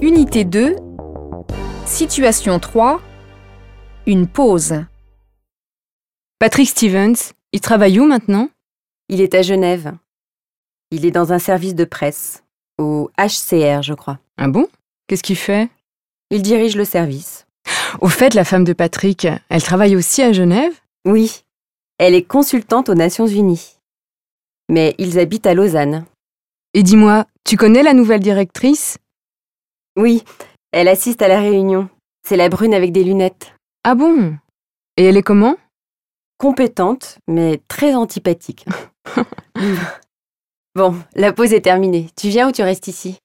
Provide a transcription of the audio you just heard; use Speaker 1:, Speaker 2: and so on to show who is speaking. Speaker 1: Unité 2, situation 3, une pause.
Speaker 2: Patrick Stevens, il travaille où maintenant
Speaker 3: Il est à Genève. Il est dans un service de presse, au HCR, je crois.
Speaker 2: Ah bon Qu'est-ce qu'il fait
Speaker 3: Il dirige le service.
Speaker 2: Au fait, la femme de Patrick, elle travaille aussi à Genève
Speaker 3: Oui, elle est consultante aux Nations Unies. Mais ils habitent à Lausanne.
Speaker 2: Et dis-moi, tu connais la nouvelle directrice
Speaker 3: Oui, elle assiste à la réunion. C'est la brune avec des lunettes.
Speaker 2: Ah bon Et elle est comment
Speaker 3: Compétente, mais très antipathique. bon, la pause est terminée. Tu viens ou tu restes ici